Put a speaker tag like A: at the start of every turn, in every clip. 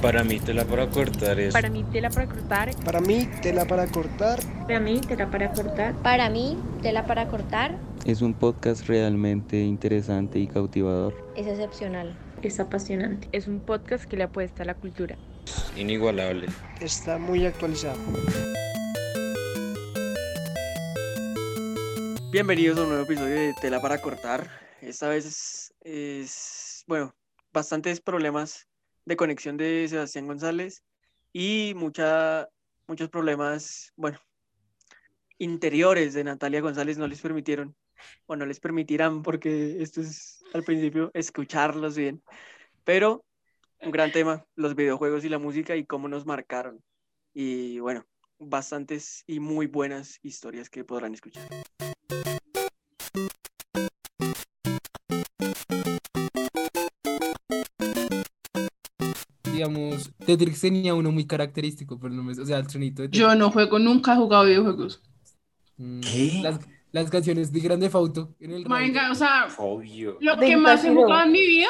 A: Para mí tela para cortar es...
B: Para mí tela para cortar.
C: Para mí, tela para cortar.
D: Para mí tela para cortar.
E: Para mí, tela para cortar
F: Es un podcast realmente interesante y cautivador.
E: es excepcional.
D: Es apasionante.
B: Es un podcast que le apuesta a la cultura.
A: Inigualable.
C: Está muy actualizado.
G: Bienvenidos a un nuevo episodio de Tela para Cortar. Esta vez es, es, bueno, bastantes problemas de conexión de Sebastián González y mucha, muchos problemas, bueno, interiores de Natalia González no les permitieron o no les permitirán porque esto es al principio escucharlos bien. Pero un gran tema, los videojuegos y la música y cómo nos marcaron. Y bueno, bastantes y muy buenas historias que podrán escuchar.
H: digamos, Tetris tenía uno muy característico, pero no me, o sea, el sonido de Tetris.
I: Yo no juego, nunca he jugado videojuegos.
H: Mm,
J: ¿Qué?
H: Las, las canciones de Grande Fauto en el radio.
I: Venga, o sea,
J: Obvio.
I: lo
D: De
I: que más he
D: Nintendo.
I: jugado en mi vida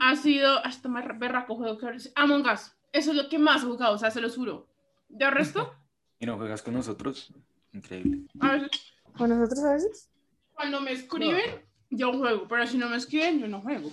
I: ha sido hasta más berraco juego que ahora es Among Us. Eso es lo que más he jugado, o sea, se lo juro. De resto,
J: ¿Y no juegas con nosotros? Increíble.
I: a veces,
D: ¿Con nosotros a veces?
I: cuando me escriben, yo juego, pero si no me escriben, yo no juego.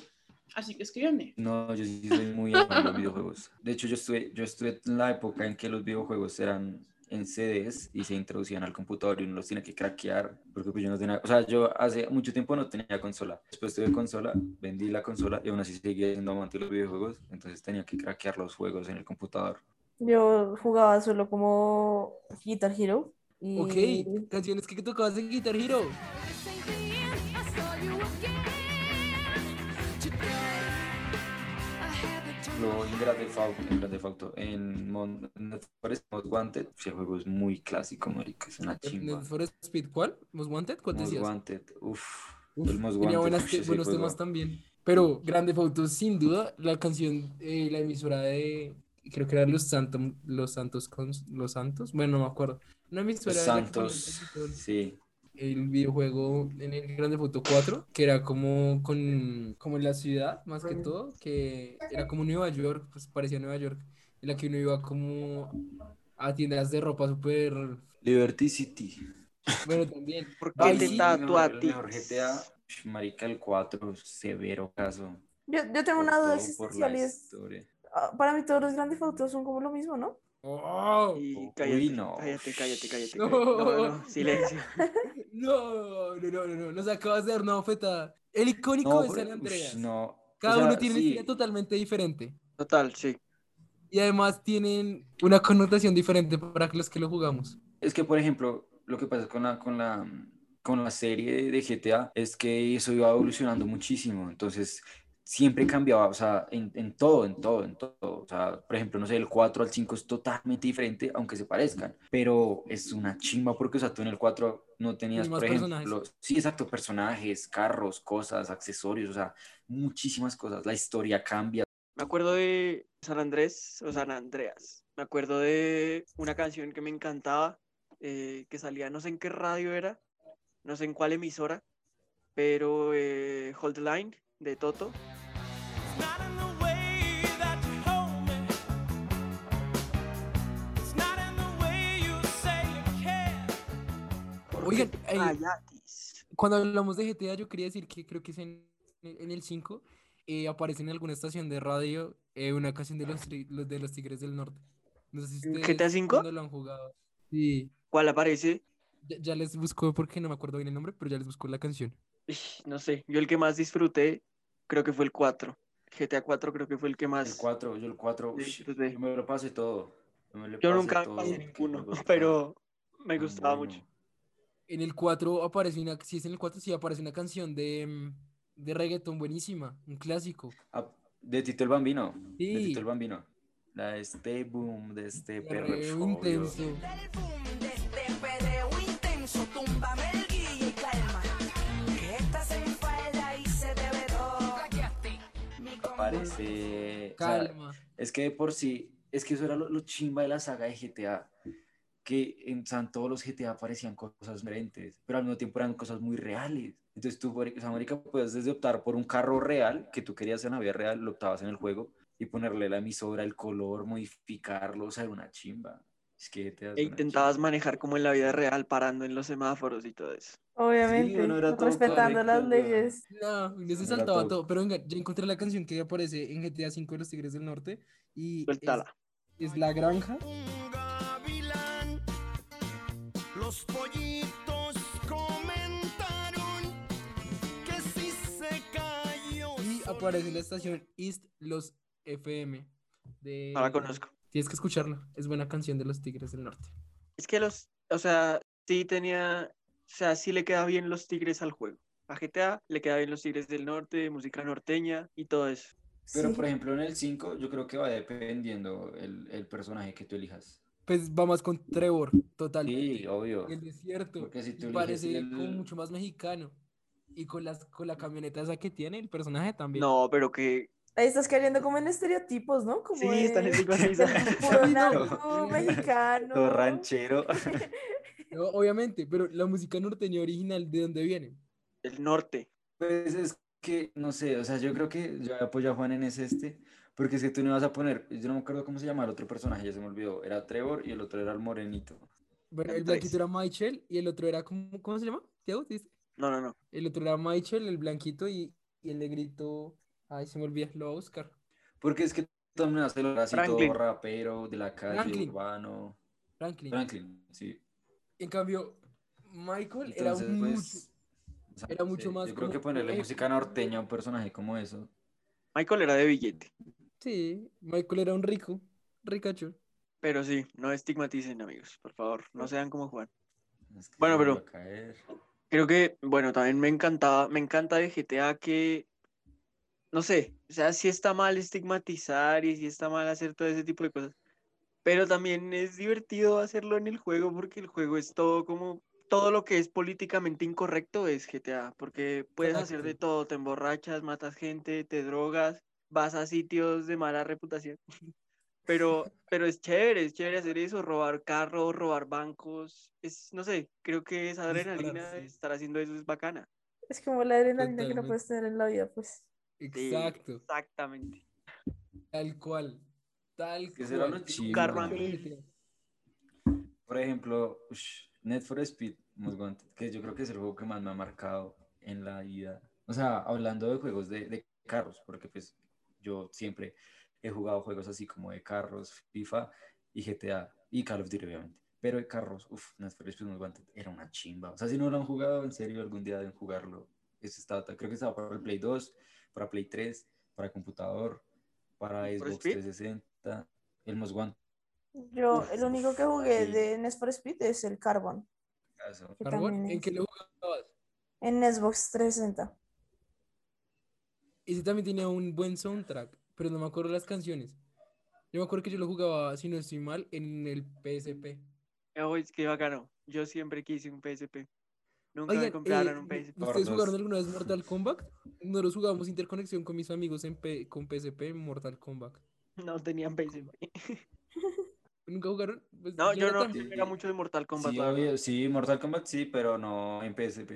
I: Así que escríbanme.
J: No, yo sí soy muy amante de los videojuegos. De hecho, yo estuve, yo estuve en la época en que los videojuegos eran en CDs y se introducían al computador y uno los tenía que craquear porque pues yo no tenía, o sea, yo hace mucho tiempo no tenía consola. Después tuve consola, vendí la consola y aún así seguía siendo amante de los videojuegos, entonces tenía que craquear los juegos en el computador.
D: Yo jugaba solo como Guitar Hero. Y...
H: Ok, canciones que tocabas en Guitar Hero.
J: Lo en Grand Theft Auto, en Grand Theft Auto, en Mon- en Forest Most Wanted, ese juego es muy clásico, marica, es una
H: En
J: chimba.
H: el Forest Speed, ¿cuál? ¿Most Wanted? ¿Cuál
J: Most
H: decías?
J: Wanted, uff.
H: Uf,
J: el Most Wanted,
H: tenía buenas
J: ush,
H: te-
J: ese
H: buenos
J: juego.
H: temas también. Pero Grande Fauto, sin duda, la canción, eh, la emisora de, creo que era Los Santos, Los Santos, Cons- Los Santos, bueno, no me acuerdo. Una emisora de la que
J: Santos,
H: ponían
J: sí.
H: el videojuego en el Grande Foto 4, que era como con como en la ciudad, más que todo, que era como Nueva York, pues parecía Nueva York, en la que uno iba como a tiendas de ropa súper,
J: Liberty City.
H: bueno, también.
G: ¿Por qué
H: Ay,
G: te
H: sí,
G: tatúa a
J: mejor-
G: ti?
J: mejor GTA, ush, marica, el 4, severo caso.
D: Yo, yo tengo
J: por
D: una
J: todo, por la
D: duda existencial y es...
J: historia.
D: ah, Para mí todos los grandes fotos son como lo mismo, ¿no?
H: ¡Oh!
G: Y
J: Uy,
G: cállate,
J: no.
G: cállate, cállate, cállate.
H: No.
G: cállate. no, no, silencio.
H: No, no, no, no, no, nos acabas de dar una bofetada. El icónico de
J: porque-
H: San Andreas.
J: ush, no. o
H: Cada
J: sea,
H: uno tiene una
J: sí,
H: historia totalmente diferente.
G: Total, sí.
H: Y además tienen una connotación diferente para los que lo jugamos.
J: Es que, por ejemplo, lo que pasa con la, con la, con la serie de GTA es que eso iba evolucionando muchísimo. Entonces, siempre cambiaba, o sea, en, en todo, en todo, en todo. O sea, por ejemplo, no sé, el 4 al 5 es totalmente diferente, aunque se parezcan. Pero es una chimba porque, o sea, tú en el 4 no tenías,
H: Tienes más
J: por ejemplo,
H: personajes.
J: sí, exacto, personajes, carros, cosas, accesorios, o sea, muchísimas cosas. La historia cambia.
G: Me acuerdo de San Andrés o San Andreas. Me acuerdo de una canción que me encantaba, eh, que salía no sé en qué radio era, no sé en cuál emisora, pero eh, Hold the Line de Toto. ¿Por
H: Oigan,
G: qué te
H: el-
G: callatis?
H: cuando hablamos de GTA, yo quería decir que creo que es en, en el 5 eh, aparece en alguna estación de radio eh, una canción de los, tri- los de los Tigres del Norte. No sé si
G: ¿En
H: ustedes
G: GTA cinco?
H: cuando lo han jugado. Sí,
G: ¿Cuál aparece?
H: ya, ya les busco porque no me acuerdo bien el nombre, pero ya les busco la canción.
G: Ish, No sé, yo el que más disfruté creo que fue el 4. GTA 4 creo que fue el que
J: El
G: más...
J: 4, yo el 4,
G: Sí,
J: ush,
G: pues, de-
J: yo me lo pasé todo. Yo, me lo
G: Yo
J: pasé
G: nunca
J: todo,
G: pasé
J: qué
G: ninguno,
J: juego tan
G: pero me gustaba
J: Ah, bueno.
G: mucho.
H: En el 4 aparece una, si es en el 4, sí aparece una canción de, mm, de reggaetón buenísima, un clásico.
J: Ah, de Tito el Bambino. De
H: Sí.
J: Tito el Bambino. La de este boom, de este perro.
H: re
J: obvio. Eh,
H: intenso.
J: Aparece. o sea,
H: Calma.
J: es que de por sí, es que eso era lo, lo chimba de la saga de GTA. Que en o sea, en todos los GTA aparecían cosas diferentes, pero al mismo tiempo eran cosas muy reales. Entonces tú, por- o sea, marica, puedes desde optar por un carro real que tú querías en la vida real, lo optabas en el juego, y ponerle la emisora, el color, modificarlo, o sea, era una chimba. Es que GTA es
G: E
J: una
G: intentabas
J: chimba.
G: manejar como en la vida real, parando en los semáforos y todo eso.
D: Obviamente,
J: uno era todo
D: respetando las
J: correcto, weón.
D: leyes.
H: No, yo se
J: Era
H: saltaba
J: todo.
H: todo. Pero venga, ya encontré la canción que aparece en GTA V de los Tigres del Norte. Y es,
G: Suéltala.
H: es La Granja.
K: Un gavilán, los pollitos comentaron que si se cayó.
H: Y aparece la estación East Los FM. De...
G: No la conozco.
H: Tienes que escucharla. Es buena canción de los Tigres del Norte.
G: Es que los, o sea, sí tenía, o sea, sí le queda bien los tigres al juego. A GTA le queda bien los tigres del norte, música norteña y todo eso.
J: Pero,
D: Sí.
J: por ejemplo, en el 5 yo creo que va dependiendo el, el personaje que tú elijas.
H: Pues vamos con Trevor, total.
J: Sí, obvio.
H: El desierto.
J: Porque si
H: y
J: tú eliges
H: parece
J: el-
H: como mucho más mexicano. Y con, las, con la camioneta esa que tiene, el personaje también.
G: No, pero que
D: Ahí estás cayendo como en estereotipos, ¿no? Como
G: sí, están
D: de-
G: estigmatizadas.
D: del puro
H: Sí, no.
D: narco mexicano.
J: Todo ranchero.
H: No, obviamente, pero la música norteña original, ¿de dónde viene?
G: El norte.
J: Pues es que, no sé, o sea, yo creo que yo apoyo a Juan en ese este, porque es que tú no vas a poner, yo no me acuerdo cómo se llama el otro personaje, ya se me olvidó, era Trevor y el otro era el morenito.
H: Bueno, el
G: Entonces-
H: blanquito era Michael y el otro era, ¿cómo, cómo se llama? ¿Tiago? ¿Dice?
G: No, no, no.
H: El otro era Michael, el blanquito y, y el negrito. Ay, se me olvida, lo voy a buscar.
J: Porque es que todo el mundo hace lo así, todo
G: Franklin.
J: rapero, de la calle,
H: Franklin.
J: urbano.
H: Franklin.
J: Franklin, sí.
H: En cambio, Michael
J: Entonces,
H: era
J: pues, o sea,
H: era
J: no
H: mucho
J: sé,
H: más
J: Yo creo que
H: como-
J: ponerle música norteña a un personaje como eso.
G: Michael era de billete,
H: mucho- Sí, Michael era un rico, ricacho.
G: pero sí, no estigmaticen, amigos, por favor, no sean como Juan.
J: Pues Es que
G: Bueno,
J: se me
G: pero-
J: va a caer.
G: Creo que, bueno, también me encantaba, me encanta de GTA que, no sé, o sea, sí está mal estigmatizar y sí está mal hacer todo ese tipo de cosas, pero también es divertido hacerlo en el juego porque el juego es todo como, todo lo que es políticamente incorrecto es GTA, porque puedes hacer de
H: Exacto.
G: todo, te emborrachas, matas gente, te drogas, vas a sitios de mala reputación, pero, pero es chévere, es chévere hacer eso, robar carros, robar bancos, es, no sé, creo que esa adrenalina
H: Dispararse.
G: de estar haciendo eso es bacana.
D: Es como la adrenalina que no
H: Totalmente.
D: puedes tener en la vida, pues.
G: Sí,
H: Exacto,
G: exactamente.
H: tal cual. Tal
J: que será lo
H: cual.
J: chido.
G: Carro a
J: Por ejemplo, ush, Need for Speed, Most Wanted, que yo creo que es el juego que más me ha marcado en la vida. O sea, hablando de juegos de, de carros, porque pues yo siempre he jugado juegos así como de carros, FIFA y GTA y Call of Duty, obviamente. Pero de carros, uff, Need for Speed Most Wanted era una chimba. O sea, si no lo han jugado, en serio, algún día deben jugarlo. Eso estaba, creo que estaba para el Play 2, para Play 3, para computador, para
G: ¿Need for
J: Xbox
G: Speed?
J: 360, el Most Wanted.
D: Yo,
J: Uf,
D: el único que jugué
J: sí.
D: de NES for Speed es el Carbon,
J: caso.
D: que
H: Carbón,
D: también
H: ¿en
D: es-
H: qué lo jugabas?
D: en Xbox 360.
H: Ese también tenía un buen soundtrack, pero no me acuerdo las canciones. Yo me acuerdo que yo lo jugaba, si no estoy mal, en el PSP.
G: Oh, es que bacano. Yo siempre quise un PSP. Nunca me
H: Oigan,
G: compraron
H: eh,
G: un PSP.
J: Gordos.
H: ¿ustedes jugaron alguna vez Mortal Kombat? Nosotros jugábamos interconexión con mis amigos en P- con PSP en Mortal Kombat.
G: No tenían PSP.
H: ¿Nunca jugaron? Pues,
G: No, yo no,
H: Jonathan,
G: yo no era mucho de Mortal Kombat.
J: Sí,
G: la verdad.
J: obvio, sí, Mortal Kombat sí, pero no en PSP.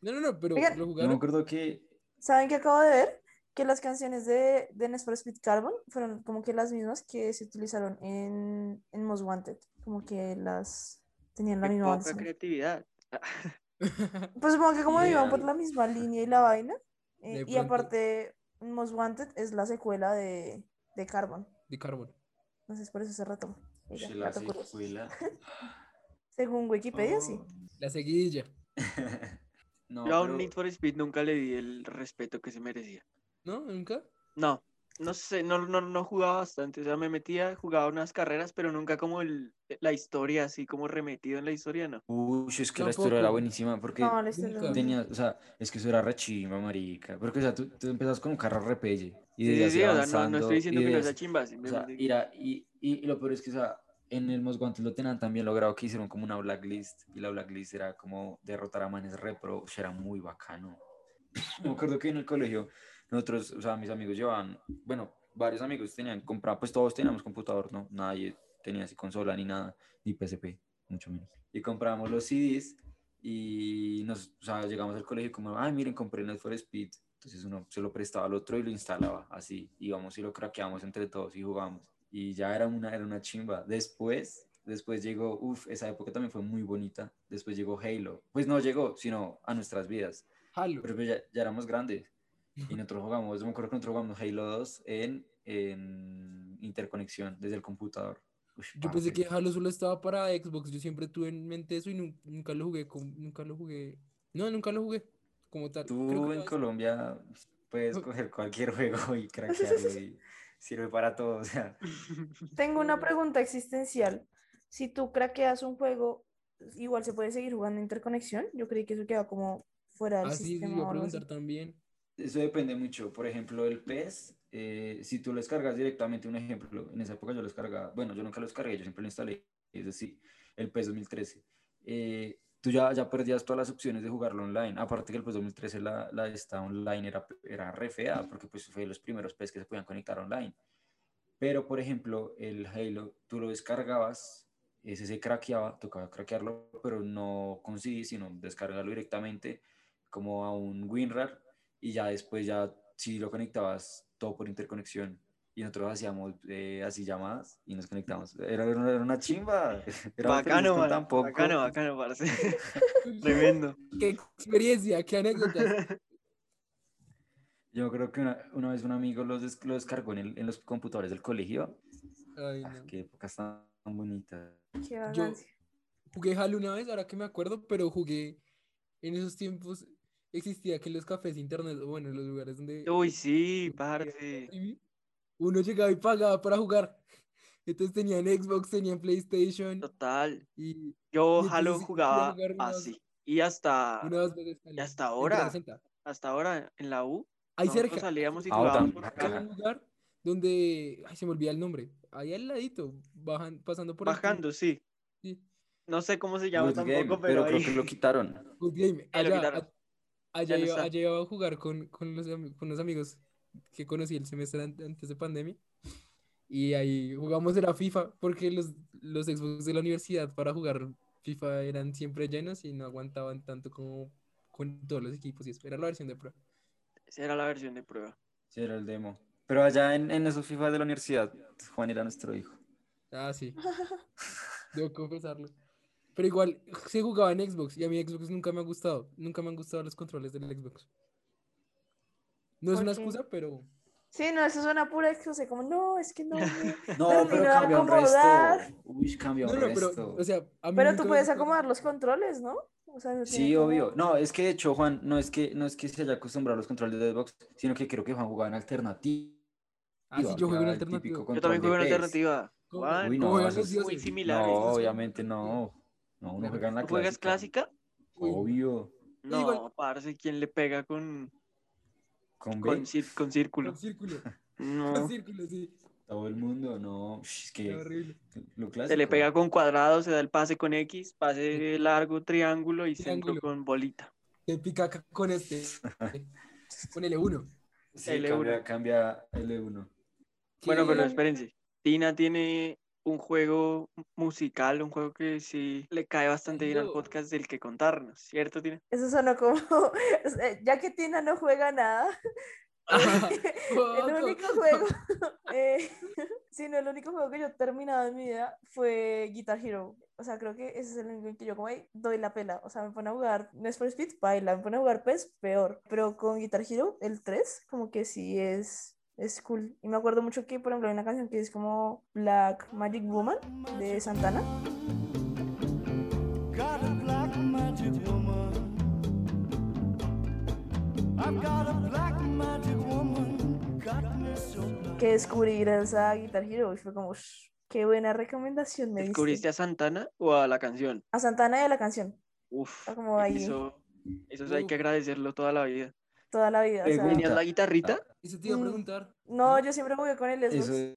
H: No, no, no, pero
D: Oigan.
H: lo
J: Yo me
H: jugaron.
J: acuerdo que
D: ¿Saben qué acabo de ver? Que las canciones de, de Need for Speed Carbon fueron como que las mismas que se utilizaron en, en Most Wanted. Como que las tenían la
G: Qué
D: misma
G: poca
D: banda sonora.
G: creatividad.
D: Pues supongo que como
J: Y
D: iban
J: al-
D: por la misma línea y la vaina. eh,
H: De
D: y
H: pronto.
D: aparte, Most Wanted es la secuela de, de Carbon.
H: De Carbon.
D: Entonces por eso se retoma. Y ya,
J: se la
D: dato curioso.
J: secuela.
D: Según Wikipedia,
J: Oh.
D: sí.
H: La seguidilla.
J: No,
G: Yo a un
J: pero-
G: Need for Speed nunca le di el respeto que se merecía.
H: ¿No? ¿Nunca?
G: No, no sé, no, no, no jugaba bastante. O sea, me metía, jugaba unas carreras, pero nunca como el, la historia, así como remetido en la historia, no.
J: Uy, es que la
H: Tampoco.
J: historia era buenísima porque
D: No, la historia
H: nunca.
D: no.
J: tenías, o sea, es que eso era rechima, marica. Porque, o sea, tú, tú empezabas con un carro repelle y
G: Sí, sí,
J: de
G: sí, o sea, no, no estoy diciendo que no sea
J: sea
G: chimba.
J: O sea,
G: simplemente que-
J: mira, y, y, y lo peor es que, o sea, en el Most Wanted lo tenían también logrado que hicieron como una blacklist. Y la blacklist era como derrotar a manes repro. o sea, era muy bacano. Me acuerdo que en el colegio, nosotros, o sea, mis amigos llevaban, bueno, varios amigos tenían comprado, pues todos teníamos computador, ¿no? Nadie tenía así consola ni nada, ni PSP, mucho menos. Y comprábamos los CDs y nos, o sea, llegamos al colegio y como, ay, miren, compré Need for Speed. Entonces uno se lo prestaba al otro y lo instalaba así. Íbamos y lo craqueamos entre todos y jugábamos. Y ya era una, era una chimba. Después, después llegó, uff, esa época también fue muy bonita. Después llegó Halo. Pues no llegó, sino a nuestras vidas.
H: Halo.
J: Pero pues ya, ya éramos grandes. Y nosotros jugamos, yo me acuerdo que nosotros jugamos Halo 2 en, en interconexión desde el computador. Ush,
H: Yo pensé
J: parce.
H: que Halo solo estaba para Xbox. Yo siempre tuve en mente eso y nu- nunca lo jugué. con- Nunca lo jugué. No, nunca lo jugué como tal. Creo
J: Tú
H: que
J: en
H: no-
J: Colombia puedes coger cualquier juego y craquearlo y sirve para todo. O sea,
D: Tengo
H: Eh,
D: una pregunta existencial. Si tú craqueas un juego, igual se puede seguir jugando interconexión. Yo creí que eso queda como fuera del
H: Ah, sí, sí,
D: sistema.
H: iba
D: o
H: a
D: algo así.
H: preguntar también.
J: eso depende mucho. Por ejemplo, el PES, eh, si tú lo descargas directamente, un ejemplo, en esa época yo lo descargaba, bueno, yo nunca lo descargué, yo siempre lo instalé, es decir, el PES 2013. Eh, tú ya, ya perdías todas las opciones de jugarlo online. Aparte que el PES 2013, la, la esta online era, era re fea, porque pues fue de los primeros PES que se podían conectar online. Pero, por ejemplo, el Halo, tú lo descargabas, ese se craqueaba, tocaba craquearlo, pero no con CD, sino descargarlo directamente como a un WinRAR y ya después ya si lo conectabas todo por interconexión. Y nosotros hacíamos eh, así llamadas y nos conectábamos. Era, era una chimba. Era
G: Bacano, man,
J: tampoco.
G: bacano, bacano, parce. Tremendo.
H: Qué experiencia, qué anécdotas.
J: Yo creo que una, una vez un amigo los des- lo descargó en, el- en los computadores del colegio.
H: Ay,
J: Ah,
H: no.
J: qué épocas tan bonitas.
D: Qué
H: Yo
D: vagancia.
H: jugué Halo una vez, ahora que me acuerdo, pero jugué en esos tiempos. Existía que en los cafés de internet, o bueno, en los lugares donde
G: Uy, sí, parce.
H: y uno llegaba y pagaba para jugar. Entonces tenían Xbox, tenían PlayStation
G: Total.
H: y
G: Yo
H: Y entonces
G: Halo
H: sí, sí,
G: jugaba
H: jugar unas-
G: así. Y hasta,
H: una o dos veces.
G: y
H: salía.
G: hasta
H: En
G: ahora,
H: 360.
G: hasta ahora en la U,
H: Ahí
G: nosotros
H: cerca.
G: salíamos y
J: Ah,
G: jugábamos
J: también.
G: por acá.
H: Había un lugar donde. Ay, se me olvida el nombre. Ahí al ladito, bajan, pasando por el-
G: Bajando, sí.
H: Sí,
G: No sé cómo se llama
J: Good
G: tampoco,
J: Game,
G: pero,
J: pero creo
G: ahí-
J: que lo quitaron.
H: Good Game.
G: Ya lo
H: Allá,
G: quitaron.
H: a- allá
G: Ya no
H: iba,
G: está.
H: allá iba a jugar con, con, los, ami- con los amigos que conocí el semestre an- antes de pandemia. Y ahí jugamos era FIFA, porque los, los Xbox de la universidad para jugar FIFA eran siempre llenos y no aguantaban tanto como con todos los equipos. Y eso era la versión de pro.
G: esa era la versión de prueba.
J: Sí, era el demo. Pero allá en, en esos FIFA de la universidad, Juan era nuestro hijo.
H: Ah, sí. Debo confesarlo. Pero igual se jugaba en Xbox y a mí Xbox nunca me ha gustado. Nunca me han gustado los controles del Xbox. No es
D: ¿Por
H: una
D: qué?
H: excusa, pero.
D: Sí, no, eso suena pura excusa, como no, es que no. me-
J: No,
D: Pero
J: pero
D: mira,
J: cambia un
D: acomodar.
J: resto. Uy, cambia
H: No,
J: un
H: no, pero,
J: resto.
H: o sea, a mí
D: Pero
H: nunca
D: tú
H: me
D: puedes
H: gustó.
D: acomodar los controles, ¿no? O sea, no tiene
J: Sí,
D: como-
J: obvio. No, es que de hecho, Juan, no es que, no es que se haya acostumbrado a los controles de Xbox, sino que creo que Juan jugaba en alternativa.
H: Ah, sí, yo juego en
J: al
H: alternativa.
J: típico
G: Yo
J: control
G: también jugué
J: de
G: una
J: PES.
G: alternativa.
H: ¿Cómo?
G: Juan,
J: Uy,
H: ¿Cómo
J: no,
H: juegan
J: eso
H: los
J: es
G: muy
H: dioses?
J: No,
G: similares.
H: Claro, eso sí.
J: obviamente no. No, uno juega en la
G: ¿Tú juegas clásica?
H: Uy,
J: Obvio.
G: No,
H: Igual.
G: parce, ¿quién le pega con,
J: Con B, Pues
G: con, cir- con círculo?
H: Con círculo,
G: No.
H: con círculo, sí.
J: todo el mundo, no. Es
H: Qué
J: que
H: horrible.
J: lo clásico.
G: Se le pega con cuadrado, se da el pase con X, pase largo, triángulo y
H: Triángulo.
G: centro con bolita.
H: Te pica acá con este. Con E L1.
J: Sí,
G: L1.
J: Cambia, cambia L1.
G: Bueno, pero
H: ¿Qué?
G: espérense. Tina tiene un juego musical, un juego que sí le cae bastante bien al
H: Yo-
G: podcast del que contarnos, ¿cierto, Tina?
D: Eso sonó como, eh, ya que Tina no juega nada, eh, el único juego, eh, sí, no, el único juego que yo he terminado en mi vida fue Guitar Hero. O sea, creo que ese es el único en que yo como "Ay, doy la pela. O sea, me pone a jugar Need for Speed, baila, me pone a jugar PES, peor. Pero con Guitar Hero, el 3, como que sí es, es cool. Y me acuerdo mucho que, por ejemplo, hay una canción que es como Black Magic Woman de Santana.
K: Got a black magic woman. I've got a black magic woman. Got me so blind.
D: que descubrí gracias a Guitar Hero y fue como, "Ush, qué buena recomendación me
G: ¿Descubriste
D: diste.
G: a Santana o a la canción?
D: A Santana y a la canción,
G: Uf,
D: Ah, como ahí.
G: eso, eso hay
H: Uf.
G: que agradecerlo toda la vida.
D: toda la vida. o sea.
J: Pregunta.
G: ¿Tenías la guitarrita?
H: Eso te iba a preguntar.
D: Mm, no, yo siempre jugué con el Xbox.
J: Eso es.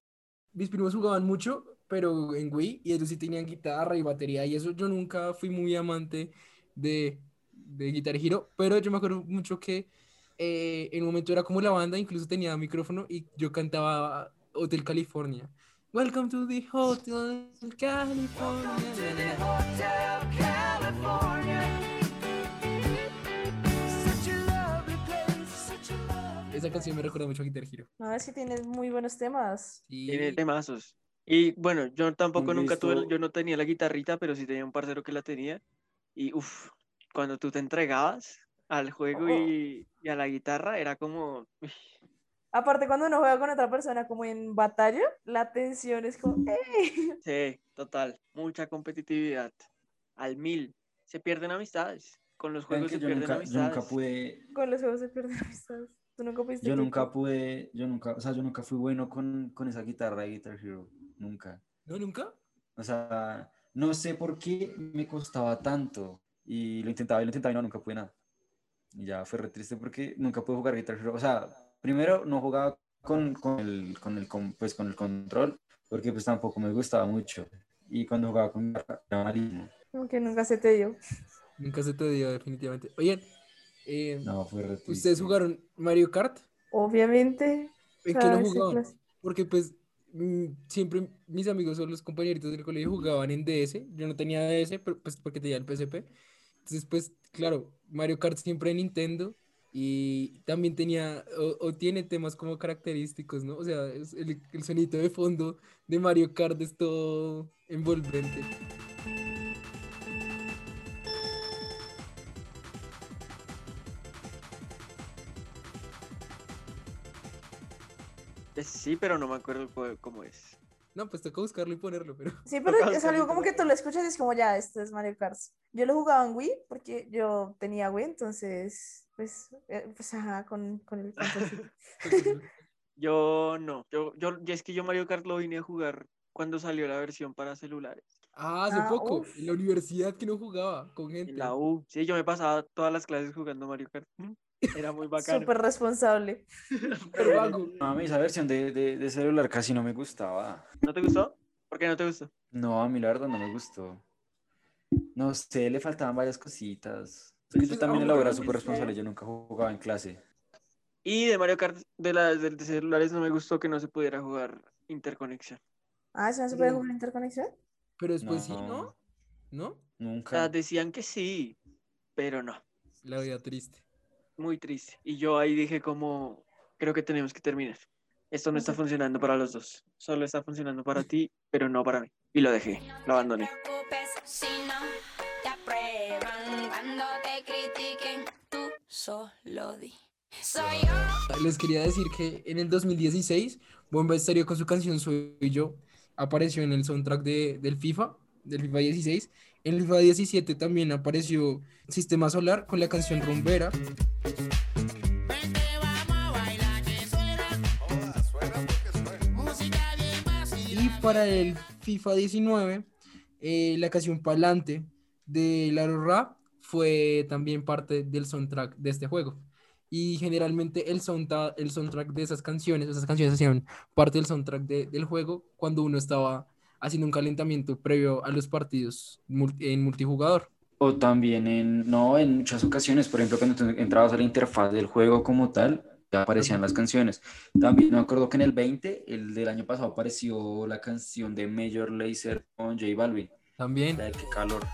H: Mis primos jugaban mucho, pero en Wii, y ellos sí tenían guitarra y batería, y eso yo nunca fui muy amante de, de Guitar Hero, pero yo me acuerdo mucho que eh, en un momento era como la banda, incluso tenía micrófono y yo cantaba Hotel California. Welcome to the Hotel California.
K: Hotel California. Such a lovely place. Such a lovely
H: esa canción me recuerda mucho a Guitar Hero.
D: No, es que tienes muy buenos temas.
G: Tiene temazos. Y bueno, yo tampoco
J: Un
G: nunca tuve,
J: disco-
G: yo no tenía la guitarrita, pero sí tenía un parcero que la tenía. Y uff, cuando tú te entregabas al juego y, y a la guitarra, era como, uy,
D: Aparte, cuando uno juega con otra persona, como en batalla, la tensión es como, "Eh, ¡Ey!
G: sí, total, mucha competitividad. Al mil, se pierden amistades. Con los
J: Vean
G: juegos
J: que
G: se
J: yo
G: pierden
J: nunca, yo
G: amistades.
J: nunca pude,
D: Con los juegos se pierden amistades. Tú nunca
G: Este
D: pudiste.
J: yo
D: clicar.
J: nunca pude, yo nunca, o sea, yo nunca fui bueno con, con esa guitarra de Guitar Hero, nunca.
H: ¿No, nunca?
J: O sea, no sé por qué me costaba tanto. Y lo intentaba y lo intentaba y no, nunca pude nada. Y ya fue re triste porque nunca pude jugar Guitar Hero. O sea, primero no jugaba con, con el, con el, con- pues, con el control porque pues tampoco me gustaba mucho. Y cuando jugaba con guitarra, era malísimo.
D: Como que nunca se te dio.
H: Nunca se te dio, definitivamente. Oigan, eh,
J: No, fue re triste.
H: ¿ustedes jugaron Mario Kart?
D: Obviamente.
H: ¿En
D: o
H: qué
D: sea,
H: lo
D: ese
H: jugaban?
D: clas-
H: Porque pues mm, siempre mis amigos o los compañeritos del colegio jugaban en DS. Yo no tenía DS, pero pues porque tenía el PSP. Entonces, pues, claro, Mario Kart siempre en Nintendo. Y también tenía, o, o tiene temas como característicos, ¿no? O sea, es el, el sonido de fondo de Mario Kart es todo envolvente.
G: Eh, Sí, pero no me acuerdo cu- cómo es.
H: No, pues toca buscarlo y ponerlo, pero...
D: Sí, pero
G: Tocaba
D: es algo
G: solito.
D: como que tú lo escuchas y es como, ya, esto es Mario Kart. Yo lo jugaba en Wii porque yo tenía Wii, entonces, pues, eh, pues ajá, con, con el controlcito.
G: Yo no, yo, yo, y es que yo Mario Kart lo vine a jugar cuando salió la versión para celulares.
H: Ah, hace
D: Ah,
H: poco,
D: uf.
H: en la universidad que no jugaba con gente.
G: En la U. Sí, yo me pasaba todas las clases jugando Mario Kart. Era muy bacano.
D: Súper responsable.
H: Pero vago.
J: No, a mí esa versión de, de- de celular casi no me gustaba.
G: ¿No te gustó? ¿Por qué no te gustó?
J: No, a mí la verdad no me gustó. No sé, le faltaban varias cositas. Yo
H: Pues,
J: también
H: aún
J: la era
H: creo que
J: súper
H: es que-
J: responsable, yo nunca jugaba en clase.
G: Y de Mario Kart de, la, de, de celulares no me gustó que no se pudiera jugar interconexión.
D: Ah, ¿eso no se puede
H: Mm.
D: jugar interconexión?
H: Pero después sí, ¿no?
J: Pues No.
H: ¿No?
G: O sea,
J: Nunca.
G: decían que sí, pero no.
H: La vida triste.
G: Muy triste. Y yo ahí dije como, creo que tenemos que terminar. Esto no está funcionando para los dos. Solo está funcionando para ti, pero no para mí. Y lo dejé, lo abandoné.
K: Si no te aprueban cuando te critiquen, tú solo di. Soy yo.
H: Les quería decir que en el 2016, Bomba Estéreo con su canción Soy Yo apareció en el soundtrack de, del FIFA, del FIFA 16. En el FIFA 17 también apareció Sistema Solar con la canción Rumbera.
K: Vente, vamos a bailar que suena. Música bien vacilada.
H: Y para el FIFA 19, eh, la canción Palante de Laro Ra fue también parte del soundtrack de este juego. Y generalmente el, soundta- el soundtrack de esas canciones, esas canciones hacían parte del soundtrack de- del juego cuando uno estaba haciendo un calentamiento previo a los partidos mul- en multijugador.
J: O también en, no, en muchas ocasiones, por ejemplo, cuando tú entrabas a la interfaz del juego como tal, ya aparecían las canciones. También me acuerdo que en el 20, el del año pasado, apareció la canción de Major Lazer con J Balvin.
H: También.
J: La de Qué calor.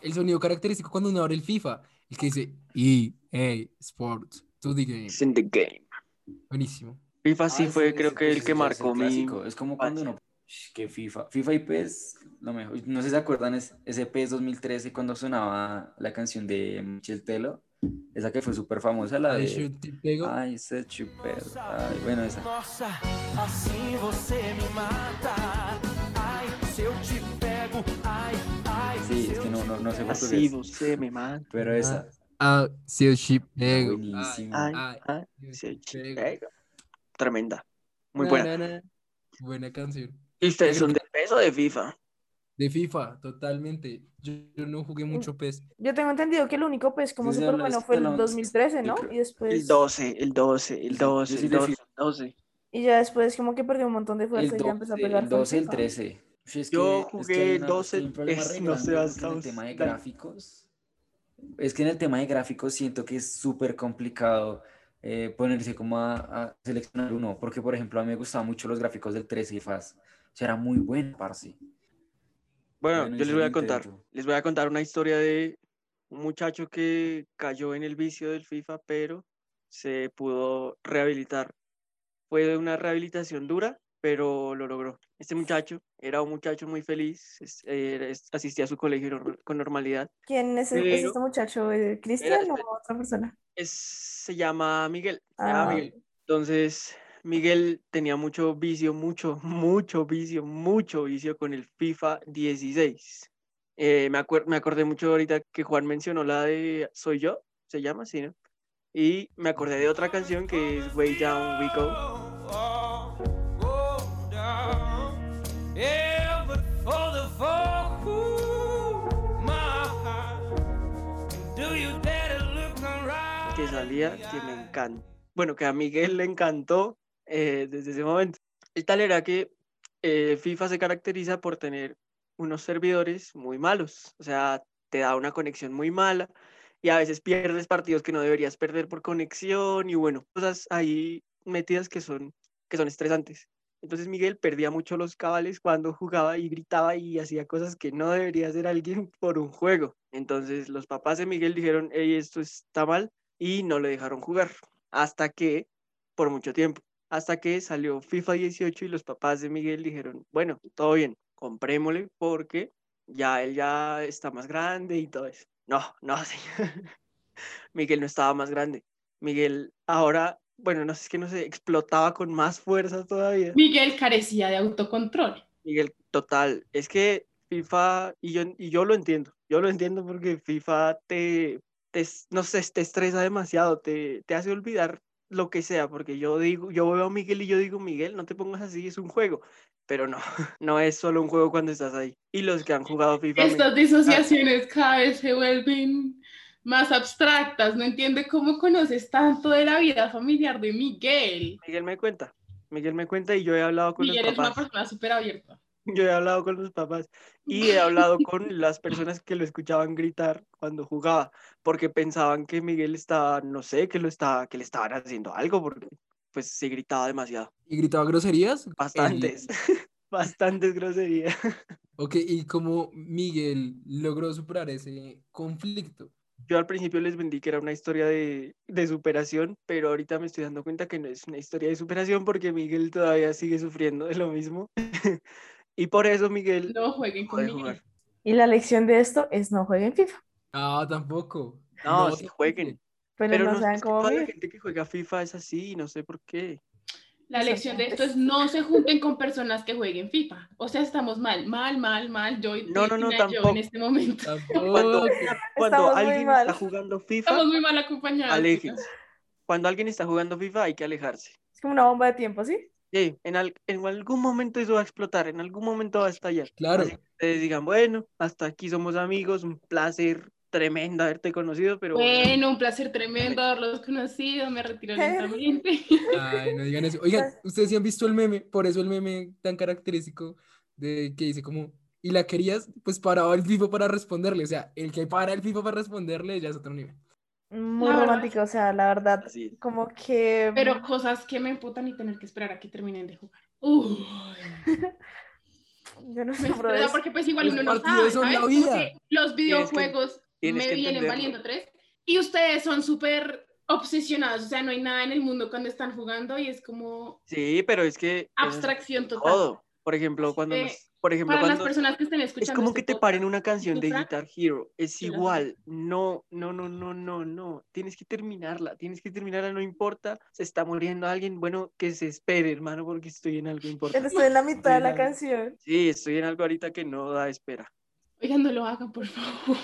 H: El sonido característico cuando uno abre el FIFA, el que dice EA Sports, 2D Game.
G: It's in the game.
H: Buenísimo.
G: FIFA sí
J: Ah,
G: fue,
J: ese-
G: creo
J: ese-
G: que
J: ese
G: el que
J: ya es
G: marcó mi...
J: clásico. Es como cuando uno. Sh, Que FIFA. FIFA y PES, lo mejor. No sé si se acuerdan es- ese PES 2013 cuando sonaba la canción de Michel Telo. Esa que fue súper famosa, la
H: I
J: de.
H: should take a-
J: Ay, ese chupero. Ay, tipo, é, bueno, esa.
K: Nossa, assim você me mata. Ai, se eu te pego, ai, ai.
J: Sí, es que no, no, no sé por
G: Así,
J: qué.
G: você me mata.
J: Pero esa.
H: Ah, sí, el chip negro.
J: Buenísima.
G: Ay,
H: Ay,
G: ay,
H: Dios,
G: se
H: qué
G: pega. Tremenda. Muy
H: Na,
G: buena.
H: na, na. Buena canción.
G: ¿Y ustedes son de peso o de FIFA?
H: De FIFA, totalmente. Yo, yo no jugué mucho PES.
D: Yo tengo entendido que el único pues como
J: Sí, sí,
D: súper
J: hablas
D: bueno fue
J: de
D: el
J: la-
D: 2013, ¿no?
J: yo creo-
D: Y después...
G: El 12, el 12, el
J: Yo- yo
G: 12,
J: sí
G: el
J: de
G: 12,
J: FIFA.
G: el 12.
D: Y ya después como que perdió un montón de
J: El
D: fuerza y ya empezó a
J: 12,
D: pegar.
J: el 12 el
D: fuerza.
J: 13. Uf, es
G: Yo
J: que- es que
G: jugué
J: hay
G: el
J: una-
G: 12,
J: hay un problema
G: es-
J: re
G: no sé,
J: grande,
G: hasta
J: creo que en
G: os-
J: el tema de
G: dale.
J: gráficos. Es que en el tema de gráficos siento que es súper complicado eh, ponerse como a, a seleccionar uno. Porque, por ejemplo, a mí me gustaban mucho los gráficos del 13 y FAS. O sea, era muy buena, parce.
G: Bueno,
J: Bueno,
G: yo les
J: hice
G: voy a
J: el
G: contar,
J: intento.
G: les voy a contar una historia de un muchacho que cayó en el vicio del FIFA, pero se pudo rehabilitar. Fue una rehabilitación dura, pero lo logró. Este muchacho era un muchacho muy feliz, es- eh, era- es- asistía a su colegio nor- con normalidad.
D: ¿Quién es, el- es
G: Pero-
D: este muchacho? ¿Eh, ¿Cristian o otra persona?
G: Es- se llama Miguel. se llama
D: Ah.
G: Miguel. Entonces, Miguel tenía mucho vicio, mucho, mucho vicio, mucho vicio con el FIFA 16. Eh, me, acuer- me acordé mucho ahorita que Juan mencionó la de Soy yo, se llama así, ¿no? Y me acordé de otra canción que es Way Down We Go.
L: Yeah, but for the folk who my heart, do you dare to look around?
G: que salía que me encanta. Bueno, que a Miguel le encantó eh, desde ese momento. El tal era que eh, FIFA se caracteriza por tener unos servidores muy malos, o sea, te da una conexión muy mala y a veces pierdes partidos que no deberías perder por conexión y bueno, cosas ahí metidas que son, que son estresantes. Entonces Miguel perdía mucho los cabales cuando jugaba y gritaba y hacía cosas que no debería hacer alguien por un juego. Entonces los papás de Miguel dijeron, hey, esto está mal y no le dejaron jugar hasta que, por mucho tiempo, hasta que salió FIFA 18 y los papás de Miguel dijeron, bueno, todo bien, comprémosle porque ya él ya está más grande y todo eso. No, no, señor. Miguel no estaba más grande. Miguel ahora, bueno, no sé, es que no sé, explotaba con más fuerza todavía.
I: Miguel carecía de autocontrol.
G: Miguel, total, es que FIFA, y yo, y yo lo entiendo, yo lo entiendo porque FIFA te, te es- no sé, te estresa demasiado, te, te hace olvidar lo que sea, porque yo digo, yo veo a Miguel y yo digo, Miguel, no te pongas así, es un juego, pero no, no es solo un juego cuando estás ahí. Y los que han jugado FIFA... me-
I: Estas disociaciones cada vez se vuelven más abstractas. No entiende cómo conoces tanto de la vida familiar de Miguel.
G: Miguel me cuenta, Miguel me cuenta y yo he hablado con los
I: Miguel es una
G: papás.
I: persona súper abierta.
G: Yo he hablado con los papás y he hablado con las personas que lo escuchaban gritar cuando jugaba, porque pensaban que Miguel estaba, no sé, que lo estaba, que le estaban haciendo algo, porque pues se gritaba demasiado.
H: ¿Y gritaba groserías?
G: Bastantes, bastantes groserías.
H: Ok, ¿y cómo Miguel logró superar ese conflicto?
G: Yo al principio les vendí que era una historia de, de superación, pero ahorita me estoy dando cuenta que no es una historia de superación porque Miguel todavía sigue sufriendo de lo mismo. Y por eso Miguel
I: No jueguen
G: dejó de
I: con Miguel.
G: jugar.
D: Y la lección de esto es no jueguen FIFA.
H: Ah, tampoco.
G: No,
H: No,
G: sí jueguen.
D: Pero, no,
G: sé,
D: saben
G: es ¿eh? que
D: cómo
G: toda la
D: vivir.
G: gente que juega FIFA es así, no sé por qué.
I: La lección de esto es no se junten con personas que jueguen FIFA. O sea, estamos mal, mal, mal, mal. Yo y
G: No, no, no,
I: Cristina, yo
G: tampoco.
I: en este momento.
G: Cuando,
H: Tampoco.
G: cuando
D: Estamos muy
G: alguien
D: mal.
G: está jugando
I: Estamos
G: FIFA,
I: muy mal acompañados.
G: aléjense. Cuando alguien está jugando FIFA, hay que alejarse.
D: Es como una bomba de tiempo, ¿sí?
G: Sí, en, al- en algún momento eso va a explotar, en algún momento va a estallar.
H: Claro.
G: Así que ustedes digan, bueno, hasta aquí somos amigos, un placer tremendo haberte conocido, pero bueno,
I: Bueno, un placer tremendo haberlos conocido. Me retiro lentamente.
H: Ay, no digan eso. Oigan, ustedes sí han visto el meme, por eso el meme tan característico de que dice como, y la querías, pues paraba el FIFA para responderle. O sea, el que para el FIFA para responderle ya es otro nivel.
D: Muy
I: La verdad.
D: romántico, o sea, la verdad,
G: así es.
D: como que...
I: Pero cosas que me emputan y tener que esperar a que terminen de jugar. Uy,
D: yo no
I: me
D: sé, bro,
I: estresa
D: es-
I: porque pues igual
H: Los
I: uno no sabe,
H: partidos son
I: ¿sabes?
H: la
I: Como
H: vida.
I: que los videojuegos
G: tienes
I: me
G: que
I: vienen
G: entenderlo.
I: valiendo tres y ustedes son súper obsesionados, o sea, no hay nada en el mundo cuando están jugando y es como
G: Sí, pero es que eso es
I: abstracción total.
G: todo. Por ejemplo, cuando
I: que
G: nos- por ejemplo,
I: Para las
G: cuando-
I: personas que estén
G: Es
I: escuchando
G: como
I: este
G: que te
I: podcast,
G: paren una canción de
I: sufran,
G: Guitar Hero. Es
I: y la-
G: igual. No, no, no, no, no, no. Tienes que terminarla. Tienes que terminarla, no importa. Se está muriendo alguien. Bueno, que se espere, hermano, porque estoy en algo importante.
D: estoy en la mitad de la
G: Mira.
D: canción.
G: Sí, estoy en algo ahorita que no da espera.
I: Oigan, no lo hagan, por favor.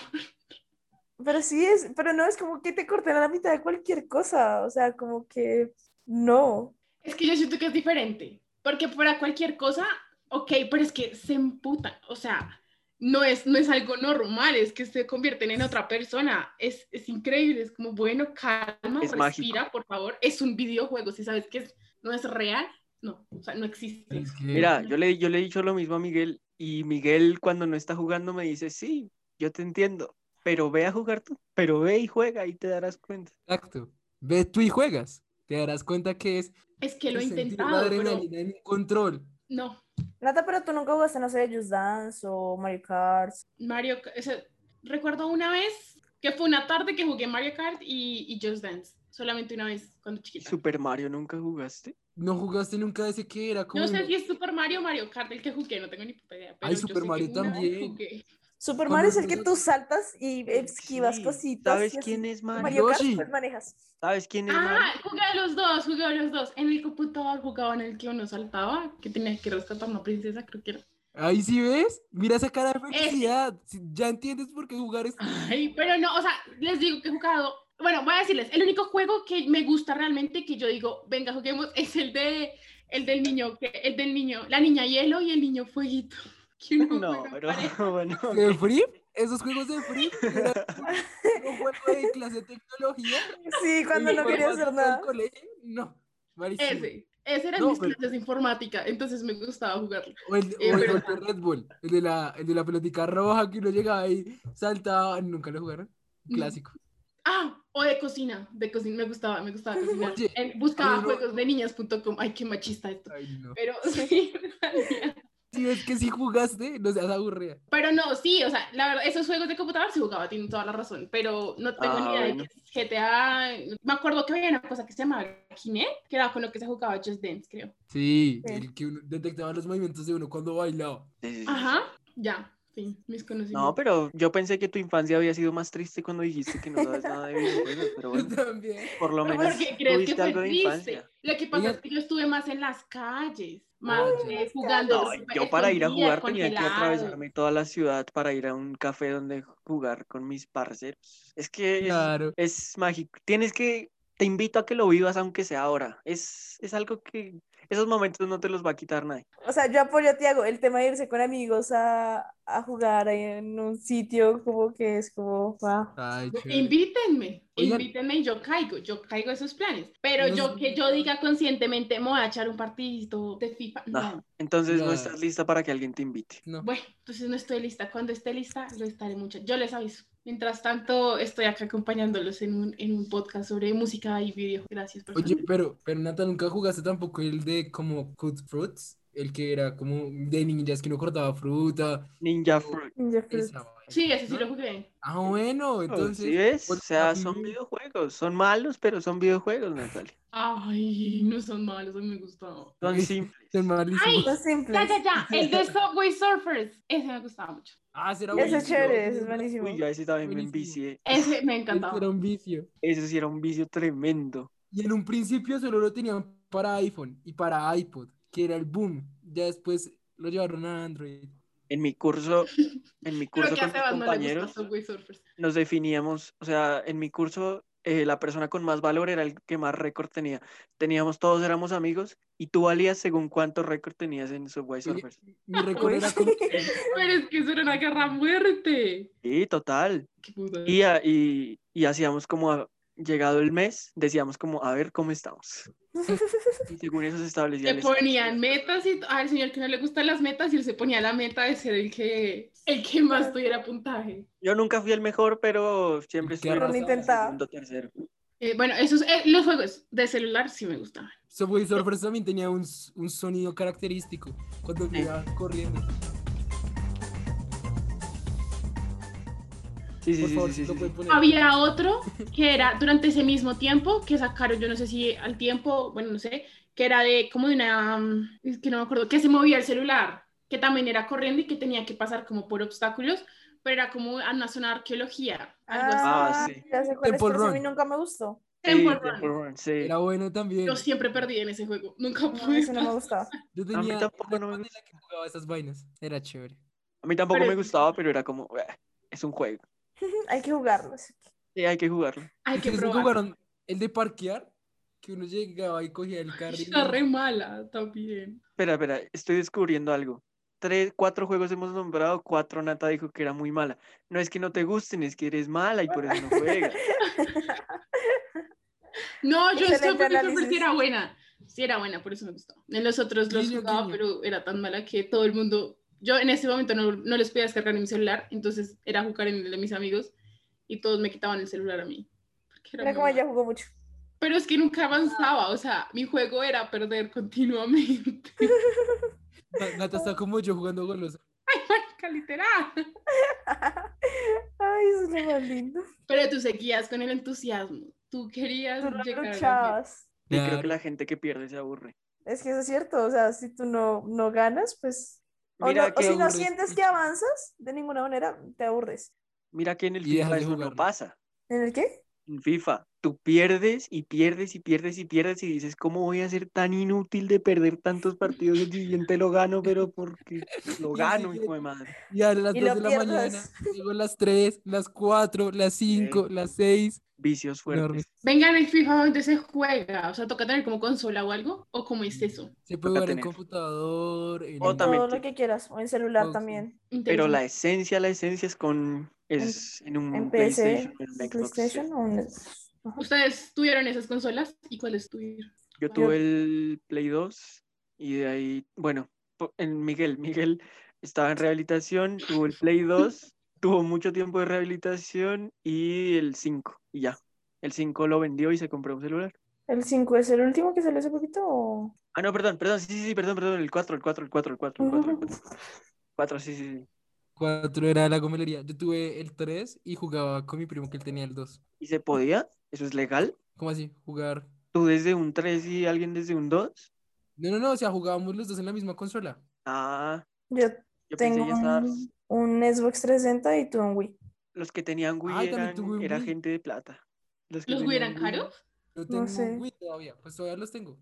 D: Pero sí es, pero no, es como que te cortan a la mitad de cualquier cosa, o sea, como que no.
I: Es que yo siento que es diferente, porque para cualquier cosa, ok, pero es que se emputan, o sea, no es, no es algo normal, es que se convierten en otra persona, es, es increíble, es como, bueno, calma,
G: Es
I: respira, por favor, es un videojuego, si sabes que es- no es real, no, o sea, no existe.
H: Es que-
G: Mira, yo le, yo le he dicho lo mismo a Miguel. Y Miguel, cuando no está jugando, me dice: Sí, yo te entiendo. Pero ve a jugar tú. Pero ve y juega y te darás cuenta.
H: Exacto. Ve tú y juegas. Te darás cuenta que es
I: Es que lo he
H: sentir la
I: intentado, pero
H: adrenalina en un control.
I: no,
D: Nata, pero tú nunca jugaste, no sé, Just Dance o Mario Kart.
I: Mario, K- o sea, recuerdo una vez que fue una tarde que jugué Mario Kart y, y Just Dance. Solamente una vez, cuando chiquita.
G: Super Mario nunca jugaste.
H: No jugaste nunca ese que era como.
I: No sé si es Super Mario o Mario Kart el que jugué, no tengo ni puta idea. pero
H: Ay,
I: yo
H: Super
I: sé que
H: Mario
I: una vez
H: también.
I: jugué.
D: Super
H: ¿Cuándo
D: Mario es el
H: fue
D: que
H: eso?
D: tú saltas y esquivas
G: Sí,
D: cositas.
G: ¿sabes
D: y así.
G: quién es Mario?
D: Mario Kart,
H: Yoshi.
D: pues manejas.
G: ¿Sabes quién es
I: Ah,
G: Mario?
I: jugué a los dos, jugué a los dos. En el computador jugaba en el que uno saltaba, que tenías que rescatar a una princesa, creo que era.
H: Ahí sí ves. Mira esa cara de felicidad. Sí, Ya entiendes por qué jugar es.
I: Ay, pero no, o sea, les digo que he jugado. Bueno, voy a decirles, el único juego que me gusta realmente que yo digo, venga, juguemos, es el de el del niño, que, el del niño, la niña hielo y el niño fueguito. Que uno
G: No,
I: juega en pareja.
G: no, bueno.
H: ¿De Free? ¿Esos juegos de Free? Era un juego de clase de tecnología.
D: Sí, cuando
H: Y
D: no quería hacer
H: informática del
D: nada.
H: colegio, No. Marísimo.
I: Ese, ese eran
H: No,
I: mis
H: pero-
I: clases de informática, entonces me gustaba jugarlo.
H: O el, o
I: Eh,
H: el-
I: pero-
H: o el de Red Bull, el de la, el de la pelotica roja que uno llegaba ahí, saltaba, nunca lo jugaron.
I: No.
H: Clásico.
I: Ah, o de cocina, de cocina, me gustaba, me gustaba cocinar.
H: Oye,
I: En- buscaba
H: hay uno-
I: juegos de niñas.com, ay, qué machista esto.
H: Ay, no.
I: Pero sí,
H: Si ves que si jugaste, no seas aburrida.
I: pero no, sí, o sea, la verdad, esos juegos de computador se jugaba, tienen toda la razón, pero no tengo
G: Ah,
I: ni idea de
G: bueno.
I: qué es GTA. Me acuerdo que había una cosa que se llamaba Kinect, que era con lo que se jugaba Just Dance, creo.
H: Sí,
D: Sí.
H: el que uno detectaba los movimientos de uno cuando bailaba.
G: Sí, sí, sí.
I: Ajá, ya, fin, mis conocimientos.
G: No, pero yo pensé que tu infancia había sido más triste cuando dijiste que no sabes nada de videojuegos, pero
H: Yo
G: bueno,
H: también.
G: por lo
I: Pero
G: menos
I: porque crees que
G: tuviste
I: fue
G: algo de
I: triste.
G: infancia.
I: Lo que pasa
H: Oiga.
I: es que yo estuve más en las calles, más
H: Uy,
I: eh,
D: las
I: jugando.
G: No, yo para ir a
I: escondida,
G: jugar
I: con
G: tenía que
I: helados.
G: atravesarme toda la ciudad para ir a un café donde jugar con mis parceros. Es que es-
H: Claro.
G: es, mágico. Tienes que, te invito a que lo vivas aunque sea ahora. Es, es algo que esos momentos no te los va a quitar nadie.
D: O sea, yo apoyo a Tiago. El tema de irse con amigos a, a jugar en un sitio como que es como, wow.
H: Ay, chévere.
I: Invítenme,
H: Oigan.
I: invítenme y yo caigo, yo caigo a esos planes. Pero
H: Nos-
I: yo que yo diga conscientemente, me voy a echar un partidito de FIFA. No.
H: Ah.
G: No, entonces no
H: No.
G: estás lista para que alguien te invite.
H: No.
I: Bueno, entonces no estoy lista. Cuando esté lista, lo estaré mucho. Yo les aviso. Mientras tanto, estoy acá acompañándolos en un, en un podcast sobre música y video. Gracias, por
H: Oye, pero, pero Nata, ¿nunca jugaste tampoco el de como Cut Fruits? El que era como de niñas que no cortaba fruta.
G: Ninja Fruit.
D: Yo creo-
H: esa vaina,
I: Sí, ese sí
H: ¿no?
I: lo jugué.
H: Ah, bueno, entonces.
G: ¿Sí ves? O
H: pues,
G: sea,
H: papi,
G: son videojuegos. Son malos, pero son videojuegos, Natalia.
I: Ay, no son malos, a mí me gustaba.
G: Son simples.
H: son malísimos.
I: Ay,
D: Lo simple.
I: Ya, ya, ya.
H: Pues.
I: El de Subway Surfers. Ese me gustaba mucho.
H: Ah, será
D: Ese
H: buenísimo.
D: es chévere, ese es buenísimo.
G: Uy, yo a ese también me
H: Buenísimo.
G: envicié.
I: Ese me
H: Ese
I: encantaba.
H: era un vicio.
G: Eso sí era un vicio tremendo.
H: Y en un principio solo lo tenían para iPhone y para iPod, que era el boom. Ya después lo llevaron a Android.
G: En mi curso, en mi
I: Creo
G: curso
I: que a
G: con mis
I: Sebas no le gusta
G: compañeros,
I: Subway Surfers.
G: nos definíamos, o sea, en mi curso, eh, la persona con más valor era el que más récord tenía. Teníamos, todos éramos amigos, y tú valías según cuánto récord tenías en Subway
H: Oye,
G: Surfers.
H: Mi récord
D: Uy.
H: era como.
I: Pero es que eso era una guerra a muerte.
G: Sí, total.
I: Qué puta.
H: Pues
G: Y, a- y, y hacíamos como, a- llegado el mes, decíamos como, a ver, ¿cómo estamos? Y según eso se establecía
I: Le
G: el
I: ponían metas y t- al señor que no le gustan las metas y él se ponía la meta de ser el que el que más tuviera puntaje.
G: Yo nunca fui el mejor, pero siempre
H: Qué
G: estuve en
H: raro.
G: el
D: Intentaba.
G: segundo, tercero.
I: Eh, bueno, esos eh, los juegos de celular sí me gustaban.
H: Subway Surfers también tenía un, s- un sonido característico cuando
G: Sí.
H: iba corriendo.
G: Sí, sí,
H: Por
G: sí,
H: favor,
G: sí,
H: si
G: sí,
H: lo
G: sí.
H: pueden poner.
I: Había otro que era durante ese mismo tiempo que sacaron, yo no sé si al tiempo, bueno, no sé, que era de como de una, mm, es que no me acuerdo, que se movía el celular, que también era corriendo y que tenía que pasar como por obstáculos, pero era como a una zona de arqueología, algo así.
G: Ah,
D: Ah,
G: sí.
D: ya sé cuál es,
H: Temple
D: pero ese a
H: Run.
D: mí nunca me gustó.
I: Temple
G: Sí,
I: Run.
G: Temple Run, sí.
H: Era bueno también.
I: Yo siempre perdí en ese juego, nunca
D: No,
I: pude.
D: ese no me gustaba.
H: Yo tenía
G: tampoco
H: una
G: no me
H: hermana en
G: gusta.
H: la que jugaba esas vainas. Era chévere.
G: A mí tampoco
I: Pero-
G: me gustaba, pero era como, "Bah, es un juego.
D: Hay que jugarlos.
G: Sí, hay que jugarlo.
I: Hay que
H: ¿Ustedes nunca
I: probar.
H: jugaron el de parquear? Que uno llegaba y cogía el carril.
I: Está re mala también.
G: Espera, espera, estoy descubriendo algo. Tres, cuatro juegos hemos nombrado, cuatro Nata dijo que era muy mala. No es que no te gusten, es que eres mala y por eso no juegas.
I: No, yo
D: Excelente
I: estoy
D: análisis.
I: sí era buena. Sí era buena, por eso me gustó. En los otros los
H: Guiño,
I: jugaba,
H: guiño.
I: pero era tan mala que todo el mundo... Yo en ese momento no, no les podía descargar en mi celular, entonces era jugar en el de mis amigos y todos me quitaban el celular a mí. porque
D: Era
I: muy
D: como
I: mala.
D: ella jugó mucho.
I: Pero es que nunca avanzaba, o sea, mi juego era perder continuamente.
H: Na- Nata está como yo jugando golos.
I: ¡Ay, marica, literal!
D: Ay, eso es lo más lindo.
I: Pero tú seguías con el entusiasmo. Tú querías
D: Tú lo
I: llegar a la
D: luchabas.
G: Y creo
H: Claro.
G: que la gente que pierde se aburre.
D: Es que eso es cierto, o sea, si tú no, no ganas, pues... O,
G: Mira
D: no- o
G: qué
D: si no
G: aburrido.
D: sientes que avanzas, de ninguna manera te aburres.
G: Mira que en el
H: Y dejas
G: FIFA
H: de
G: eso no
H: jugar.
G: pasa.
D: ¿En el qué?
G: En FIFA, tú pierdes y pierdes y pierdes y pierdes y dices, ¿cómo voy a ser tan inútil de perder tantos partidos el siguiente lo gano, pero porque lo
H: Y el
G: gano, hijo de
H: siguiente.
G: madre?
H: Y a las
D: Y
H: 2
D: lo
H: de la
D: pierdas.
H: mañana, luego las 3, las 4, las 5, las 6.
G: Vicios fuertes.
I: Vengan el FIFA donde se juega. O sea, toca tener como consola o algo. ¿O cómo es eso?
H: Se puede
G: Toca
H: jugar en
G: tener.
H: computador. En
G: O también.
D: Todo lo que quieras, o en celular
H: Ok.
D: también.
G: Pero la esencia, la esencia es con... Es en un
D: En PC, pues,
G: PlayStation, en un Xbox.
D: PlayStation o en...
I: ¿Ustedes tuvieron esas consolas? ¿Y cuáles tuvieron?
G: Yo
I: Yo-
G: tuve el Play 2 y de ahí, bueno, po- en Miguel, Miguel estaba en rehabilitación, tuvo el Play 2, tuvo mucho tiempo de rehabilitación y el 5, y ya. El 5 lo vendió y se compró un celular.
D: ¿El 5 es el último que salió hace poquito o...?
G: Ah, no, perdón, perdón, sí, sí, sí, perdón, perdón, el 4, el 4, el 4, el 4, el 4, el 4. sí, sí, sí.
H: 4 era la gomelería. Yo tuve el 3 y jugaba con mi primo que él tenía el 2.
G: ¿Y se podía? ¿Eso es legal?
H: ¿Cómo así? Jugar.
G: ¿Tú desde un 3 y alguien desde un 2?
H: No, no, no, o sea, jugábamos los dos en la misma consola.
G: Ah,
D: Yo
G: yo pensé
D: tengo
G: ya estabas...
D: un, un Xbox 360 y tú un Wii.
G: Los que tenían Wii
H: Ay, también
G: eran,
H: tuve un
G: era
H: Wii.
G: gente de plata. Los que
I: ¿Los Wii
G: tenían
I: eran caros?
H: Yo tengo un
D: sé.
H: Wii todavía, pues todavía los tengo.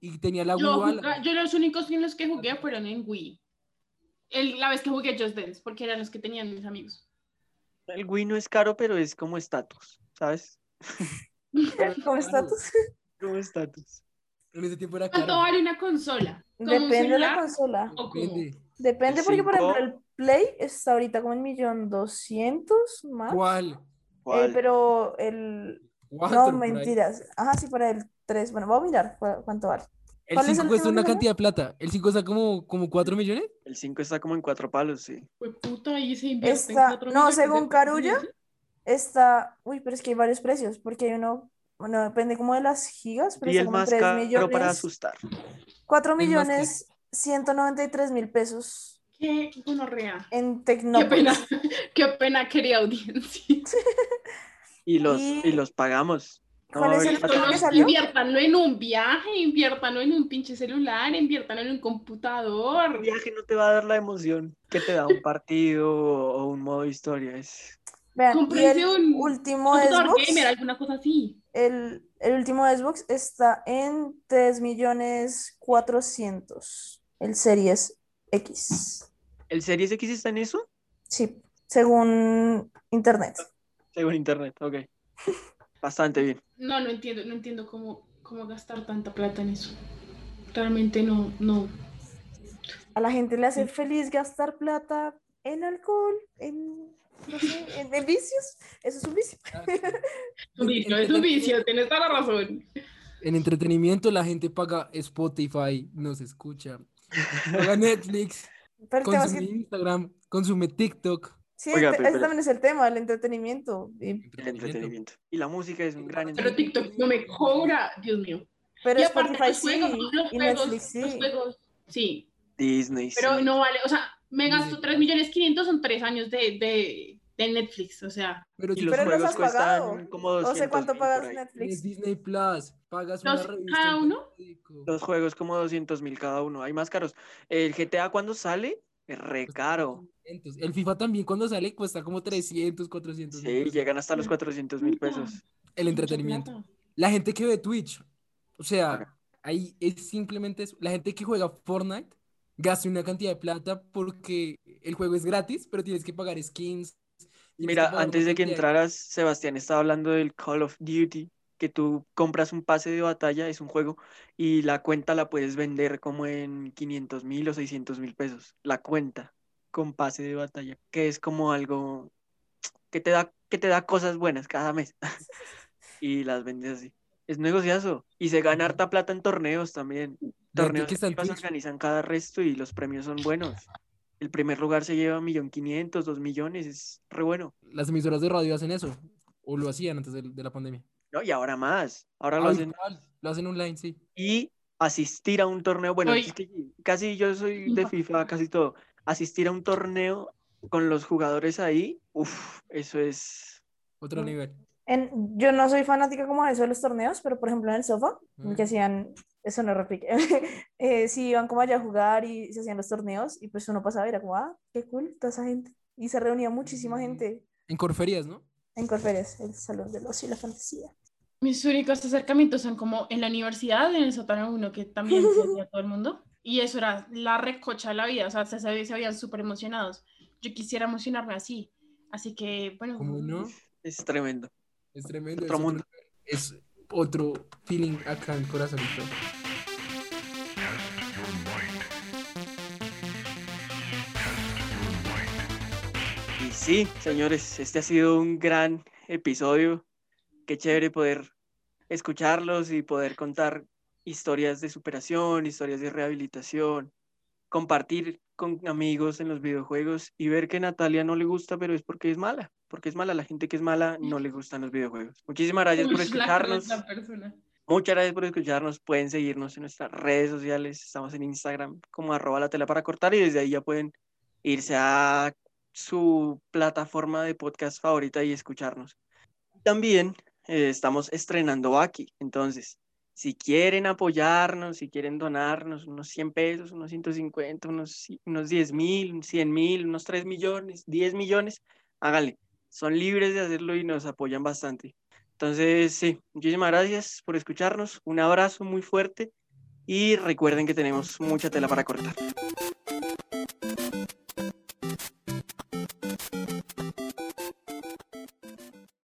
H: Y tenía la
I: Yo,
H: Ah, Wii
I: jugaba- yo los únicos en los que jugué fueron en Wii. El- la vez que jugué Just Dance, porque eran los que tenían mis amigos.
G: El Wii no es caro, pero es como estatus, ¿sabes?
D: ¿Cómo estatus?
G: Como estatus.
H: En ese tiempo era
I: ¿Cuánto
H: caro.
I: vale una consola? ¿Como un
D: Depende de la
I: celular?
D: consola.
I: ¿O cómo?
H: Depende.
D: Depende porque, por
G: cinco.
D: ejemplo, el Play está ahorita como en millón doscientos más.
H: ¿Cuál?
D: Eh,
G: ¿Cuál?
D: pero el...
H: Cuatro,
D: No,
H: por ahí.
D: mentiras. Ajá, sí, para el 3. Bueno, voy a mirar cu- cuánto vale.
H: El
D: ¿Cuál es
H: 5
D: el
H: cuesta
D: último
H: una
D: que salió?
H: cantidad de plata. El 5 está como, como 4 millones.
G: El 5 está como en cuatro palos, sí.
I: Fue puta, y se este invierte en
D: Esta-
I: cuatro
D: no,
I: millones de
D: según Carulla. Está, uy, pero es que hay varios precios, porque hay uno, bueno, depende como de las gigas, pero
G: Y
D: está
G: el
D: como en
G: más
D: 3
G: caro
D: millones,
G: para asustar.
D: 4
H: El más caro.
D: millones 193 mil pesos
I: Qué gonorrea.
D: en
I: Qué pena,
D: Tecnópolis.
I: qué pena, querida audiencia.
G: Y los,
D: Y-
G: y los pagamos. No
D: ¿Cuál
G: va a
D: es
I: Pues
G: haber
D: el otro
G: plata.
D: que salió?
I: Inviértanlo en un viaje, inviértanlo en un pinche celular, inviértanlo en un computador.
G: Un viaje no te va a dar la emoción que te da un partido o un modo historia. Es...
D: Vean, y
I: Cómprense
D: el
I: un
D: último
I: computador
D: Xbox,
I: gamer, alguna cosa así.
D: el, el último Xbox está en 3 millones 400, el Series X.
G: ¿El Series X está en eso?
D: Sí, según internet.
G: Según internet, ok. Bastante bien.
I: No, no entiendo, no entiendo cómo, cómo gastar tanta plata en eso. Realmente no, no.
D: A la gente le hace feliz gastar plata en alcohol, en, no sé, en, en vicios. Eso es un vicio.
I: Ah, Es un vicio, es un vicio, tienes toda la razón.
H: En entretenimiento la gente paga Spotify, nos escucha. Paga Netflix,
D: Pero el tema es
H: consume
D: que
H: Instagram, consume TikTok.
D: sí,
G: Oiga,
D: ese
G: pero- pero-
D: también es el tema, el entretenimiento. Y-
G: El entretenimiento. Y la música es un gran
I: Pero
G: entretenimiento.
I: TikTok no me cobra, Dios mío.
D: pero
I: y aparte,
D: Spotify
I: los juegos,
D: sí,
I: los
D: y
I: juegos,
D: Netflix sí.
I: los juegos, sí.
G: Disney.
I: Pero
G: sí.
I: no vale, o sea, me gasto
H: Sí.
I: 3 millones 500 son 3 años de, de, de Netflix, o sea,
H: Pero
G: Y
H: si
G: los
D: Pero
H: tú
D: los
G: juegos
D: has pagado.
G: cuestan como
D: No
G: 200
D: sé cuánto
G: mil
D: pagas
G: por ahí.
H: tienes
D: Netflix.
H: Disney Plus, pagas una
I: Los-
H: revista.
I: cada
H: en
I: uno.
H: periódico.
G: Los juegos como 200 mil cada uno. Hay más caros. El GTA cuando sale es re caro.
H: 500. El FIFA también cuando sale cuesta como 300, 400. mil
G: Sí,
H: pesos.
G: llegan hasta los 400 mil pesos.
H: El
I: mucha
H: entretenimiento.
I: plata.
H: La gente que ve Twitch, o sea, ahí es simplemente eso. La gente que juega Fortnite gasta una cantidad de plata porque el juego es gratis, pero tienes que pagar skins. tienes
G: Mira,
H: pagar una
G: antes de que
H: cantidad
G: entraras, Sebastián estaba hablando del Call of Duty, que tú compras un pase de batalla, es un juego, y la cuenta la puedes vender como en 500 mil o 600 mil pesos. La cuenta con pase de batalla, que es como algo que te da, que te da cosas buenas cada mes. Y las vendes así. Es negociazo. Y se gana harta plata en torneos también.
H: La gente
G: Torneos
H: que está en
G: FIFAs
H: Twitch.
G: organizan cada resto y los premios son buenos. El primer lugar se lleva 1.500.000, 2 millones, es re bueno.
H: Las emisoras de radio hacen eso, o lo hacían antes de, de la pandemia.
G: No, y ahora más. Ahora lo
H: Ah,
G: hacen,
H: virtual, lo hacen online, sí.
G: Y asistir a un torneo. Bueno,
H: Ay.
G: es que casi yo soy de FIFA, casi todo. Asistir a un torneo con los jugadores ahí, uff, eso es.
H: Otro nivel.
D: En- yo no soy fanática como de eso de los torneos, pero por ejemplo en el sofá,
I: Mm.
D: que hacían, eso no replique, eh, sí iban como allá a jugar y se hacían los torneos y pues uno pasaba y era como, ah, qué cool, toda esa gente. Y se reunía
I: Mm.
D: muchísima gente
H: En Corferias, ¿no?
D: en Corferias, el Salón del Ocio y la Fantasía.
I: Mis únicos acercamientos son como en la universidad, en el sótano uno que también tenía todo el mundo. Y eso era la recocha de la vida, o sea, se, se, se habían súper emocionados. Yo quisiera emocionarme así. Así que, bueno,
H: ¿Cómo no?
G: Es tremendo.
H: Es tremendo.
G: Otro
H: es
G: mundo.
H: es otro feeling acá en el corazonito.
G: Y sí, señores, este ha sido un gran episodio. Qué chévere poder escucharlos y poder contar historias de superación, historias de rehabilitación, compartir con amigos en los videojuegos y ver que Natalia no le gusta, pero es porque es mala, porque es mala. La gente que es mala no le gustan los videojuegos. Muchísimas gracias por
I: Uy, la- la-
G: escucharnos.
I: la persona.
G: Muchas gracias por escucharnos. Pueden seguirnos en nuestras redes sociales. Estamos en Instagram como arroba la tela para cortar y desde ahí ya pueden irse a su plataforma de podcast favorita y escucharnos. También eh, estamos estrenando aquí. Entonces, si quieren apoyarnos, si quieren donarnos unos 100 pesos, unos 150, unos, ci- unos 10 mil, 100 mil, unos 3 millones, 10 millones, háganle. Son libres de hacerlo y nos apoyan bastante. Entonces, sí, muchísimas gracias por escucharnos. Un abrazo muy fuerte y recuerden que tenemos mucha tela para cortar.